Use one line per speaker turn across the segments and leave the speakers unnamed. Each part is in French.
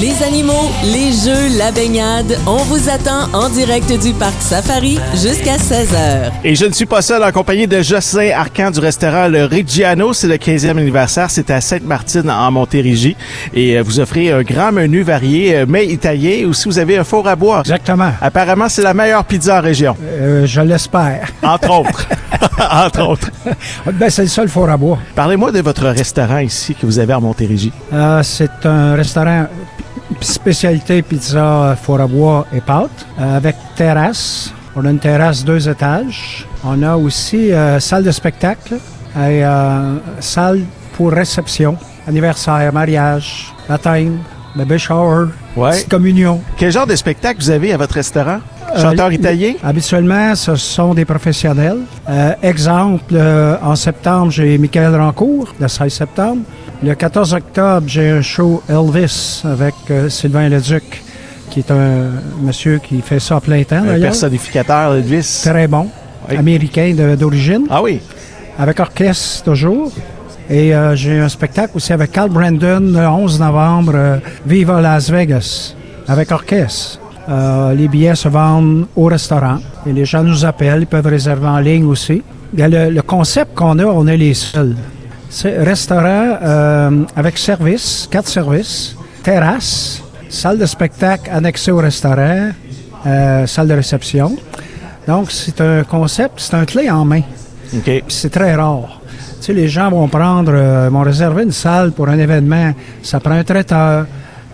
Les animaux, les jeux, la baignade, on vous attend en direct du parc Safari jusqu'à 16h.
Et je ne suis pas seul en compagnie de Jocelyn Arcan du restaurant Le Reggiano. C'est le 15e anniversaire. C'est à Sainte-Martine en Montérégie. Et euh, vous offrez un grand menu varié, euh, mais italien. Aussi, vous avez un four à bois.
Exactement.
Apparemment, c'est la meilleure pizza en région.
Euh, je l'espère.
Entre autres. Entre autres.
Ben, c'est le seul four à bois.
Parlez-moi de votre restaurant ici que vous avez en Montérégie.
Euh, c'est un restaurant p- spécialité pizza euh, four à bois et pâtes euh, avec terrasse. On a une terrasse deux étages. On a aussi euh, salle de spectacle et euh, salle pour réception, anniversaire, mariage, baptême, bébé shower,
Ouais.
petite communion.
Quel genre de spectacle vous avez à votre restaurant? Chanteur
Euh,
italien?
Habituellement, ce sont des professionnels. Euh, exemple, euh, en septembre, j'ai Michael Rancourt, le 16 septembre. Le 14 octobre, j'ai un show Elvis avec euh, Sylvain Leduc, qui est un monsieur qui fait ça à plein temps,
Un
d'ailleurs.
personnificateur Elvis.
Très bon,
Oui.
américain de- d'origine,
Ah oui.
avec orchestre toujours. Et euh, j'ai un spectacle aussi avec Carl Brandon le 11 novembre, euh, Viva Las Vegas, avec orchestre. Euh, les billets se vendent au restaurant et les gens nous appellent, ils peuvent réserver en ligne aussi. Bien, le, le concept qu'on a, on est les seuls. C'est restaurant euh, avec service, quatre services, terrasse, salle de spectacle annexée au restaurant, euh, salle de réception. Donc c'est un concept, c'est un clé en main.
OK.
Puis c'est très rare. Tu sais, les gens vont prendre, euh, vont réserver une salle pour un événement. Ça prend un traiteur,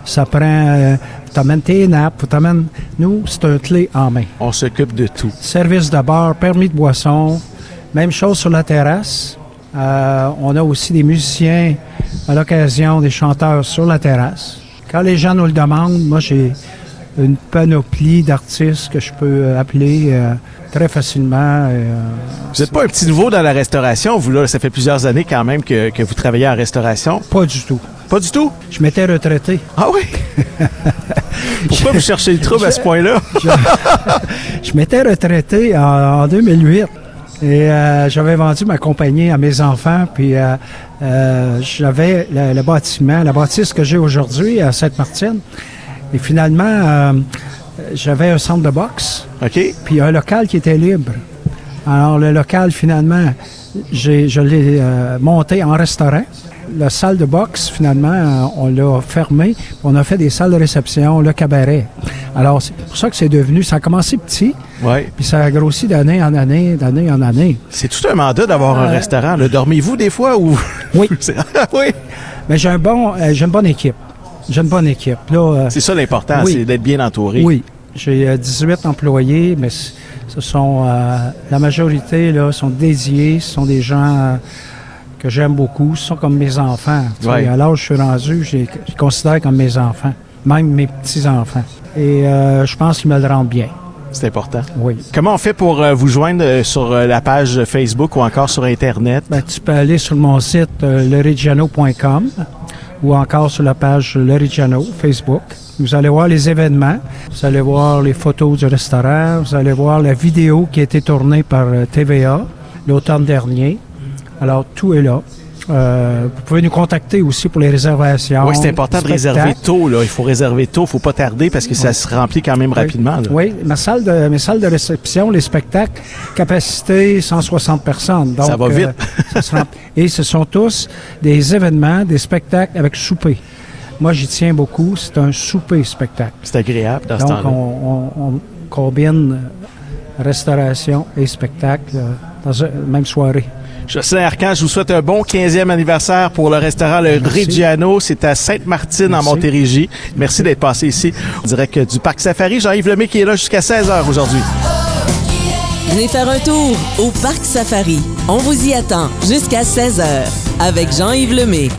ça prend, euh, t'amènes tes nappes, faut t'amènes. Nous, c'est un clé en main.
On s'occupe de tout.
Service de bar, permis de boisson, même chose sur la terrasse. Euh, on a aussi des musiciens à l'occasion, des chanteurs sur la terrasse. Quand les gens nous le demandent, moi j'ai une panoplie d'artistes que je peux euh, appeler euh, très facilement. euh,
Vous n'êtes pas un petit nouveau dans la restauration, vous là, ça fait plusieurs années quand même que, que vous travaillez en restauration.
pas du tout.
Pas du tout?
Je m'étais retraité.
Ah oui? Pourquoi vous cherchez le trouble à ce point-là?
Je m'étais retraité en, en 2008 et euh, j'avais vendu ma compagnie à mes enfants. Puis euh, euh, j'avais le, le bâtiment, la bâtisse que j'ai aujourd'hui à Sainte-Martine. Et finalement, euh, j'avais un centre de boxe
OK?
puis un local qui était libre. Alors, le local, finalement, j'ai, je l'ai euh, monté en restaurant. La salle de boxe, finalement, euh, on l'a fermée. puis On a fait des salles de réception, le cabaret. Alors, c'est pour ça que c'est devenu... Ça a commencé petit,
Oui.
puis ça a grossi d'année en année, d'année en année.
C'est tout un mandat d'avoir un restaurant. là. Dormez-vous des fois ou.
Euh. Oui.
C'est- Ah oui.
Mais j'ai, un bon, euh, j'ai une bonne équipe. J'ai une bonne équipe. Là, euh,
C'est ça l'important,
Oui.
c'est d'être bien entouré.
Oui. J'ai euh, 18 employés, mais c- ce sont euh, la majorité là, sont dédiés, ce sont des gens euh, que j'aime beaucoup, ce sont comme mes enfants. Tu
Ouais.
sais, À l'âge où je suis rendu, je les je les considère comme mes enfants, même mes petits-enfants. Et euh, je pense qu'ils me le rendent bien.
C'est important.
Oui.
Comment on fait pour euh, vous joindre euh, sur euh, la page Facebook ou encore sur Internet?
Ben, tu peux aller sur mon site euh, lerigiano.com ou encore sur la page Lerigiano Facebook. Vous allez voir les événements, vous allez voir les photos du restaurant, vous allez voir la vidéo qui a été tournée par euh, TVA l'automne dernier. Alors, tout est là. Euh, vous pouvez nous contacter aussi pour les réservations.
oui, c'est important de
spectacles.
réserver tôt. Là. Il faut réserver tôt, il faut pas tarder parce que ça se remplit quand même rapidement. là.
Oui, ma salle de, mes salles de réception, les spectacles, capacité 160 personnes. Donc, euh,
Ça va vite.
ça se remplit. et ce sont tous des événements, des spectacles avec souper. Moi, j'y tiens beaucoup. C'est un souper-spectacle.
C'est agréable dans ce
Donc, on,
temps-là.
on- on combine euh, restauration et spectacle euh, dans une même soirée.
Jocelyn Arcan, je vous souhaite un bon 15e anniversaire pour le restaurant Le
Merci.
Reggiano. C'est à Sainte-Martine, en
Merci.
Montérégie. Merci d'être passé ici, en direct du Parc Safari. Jean-Yves Lemay qui est là jusqu'à 16h aujourd'hui.
Venez faire un tour au parc Safari. On vous y attend jusqu'à 16h avec Jean-Yves Lemay.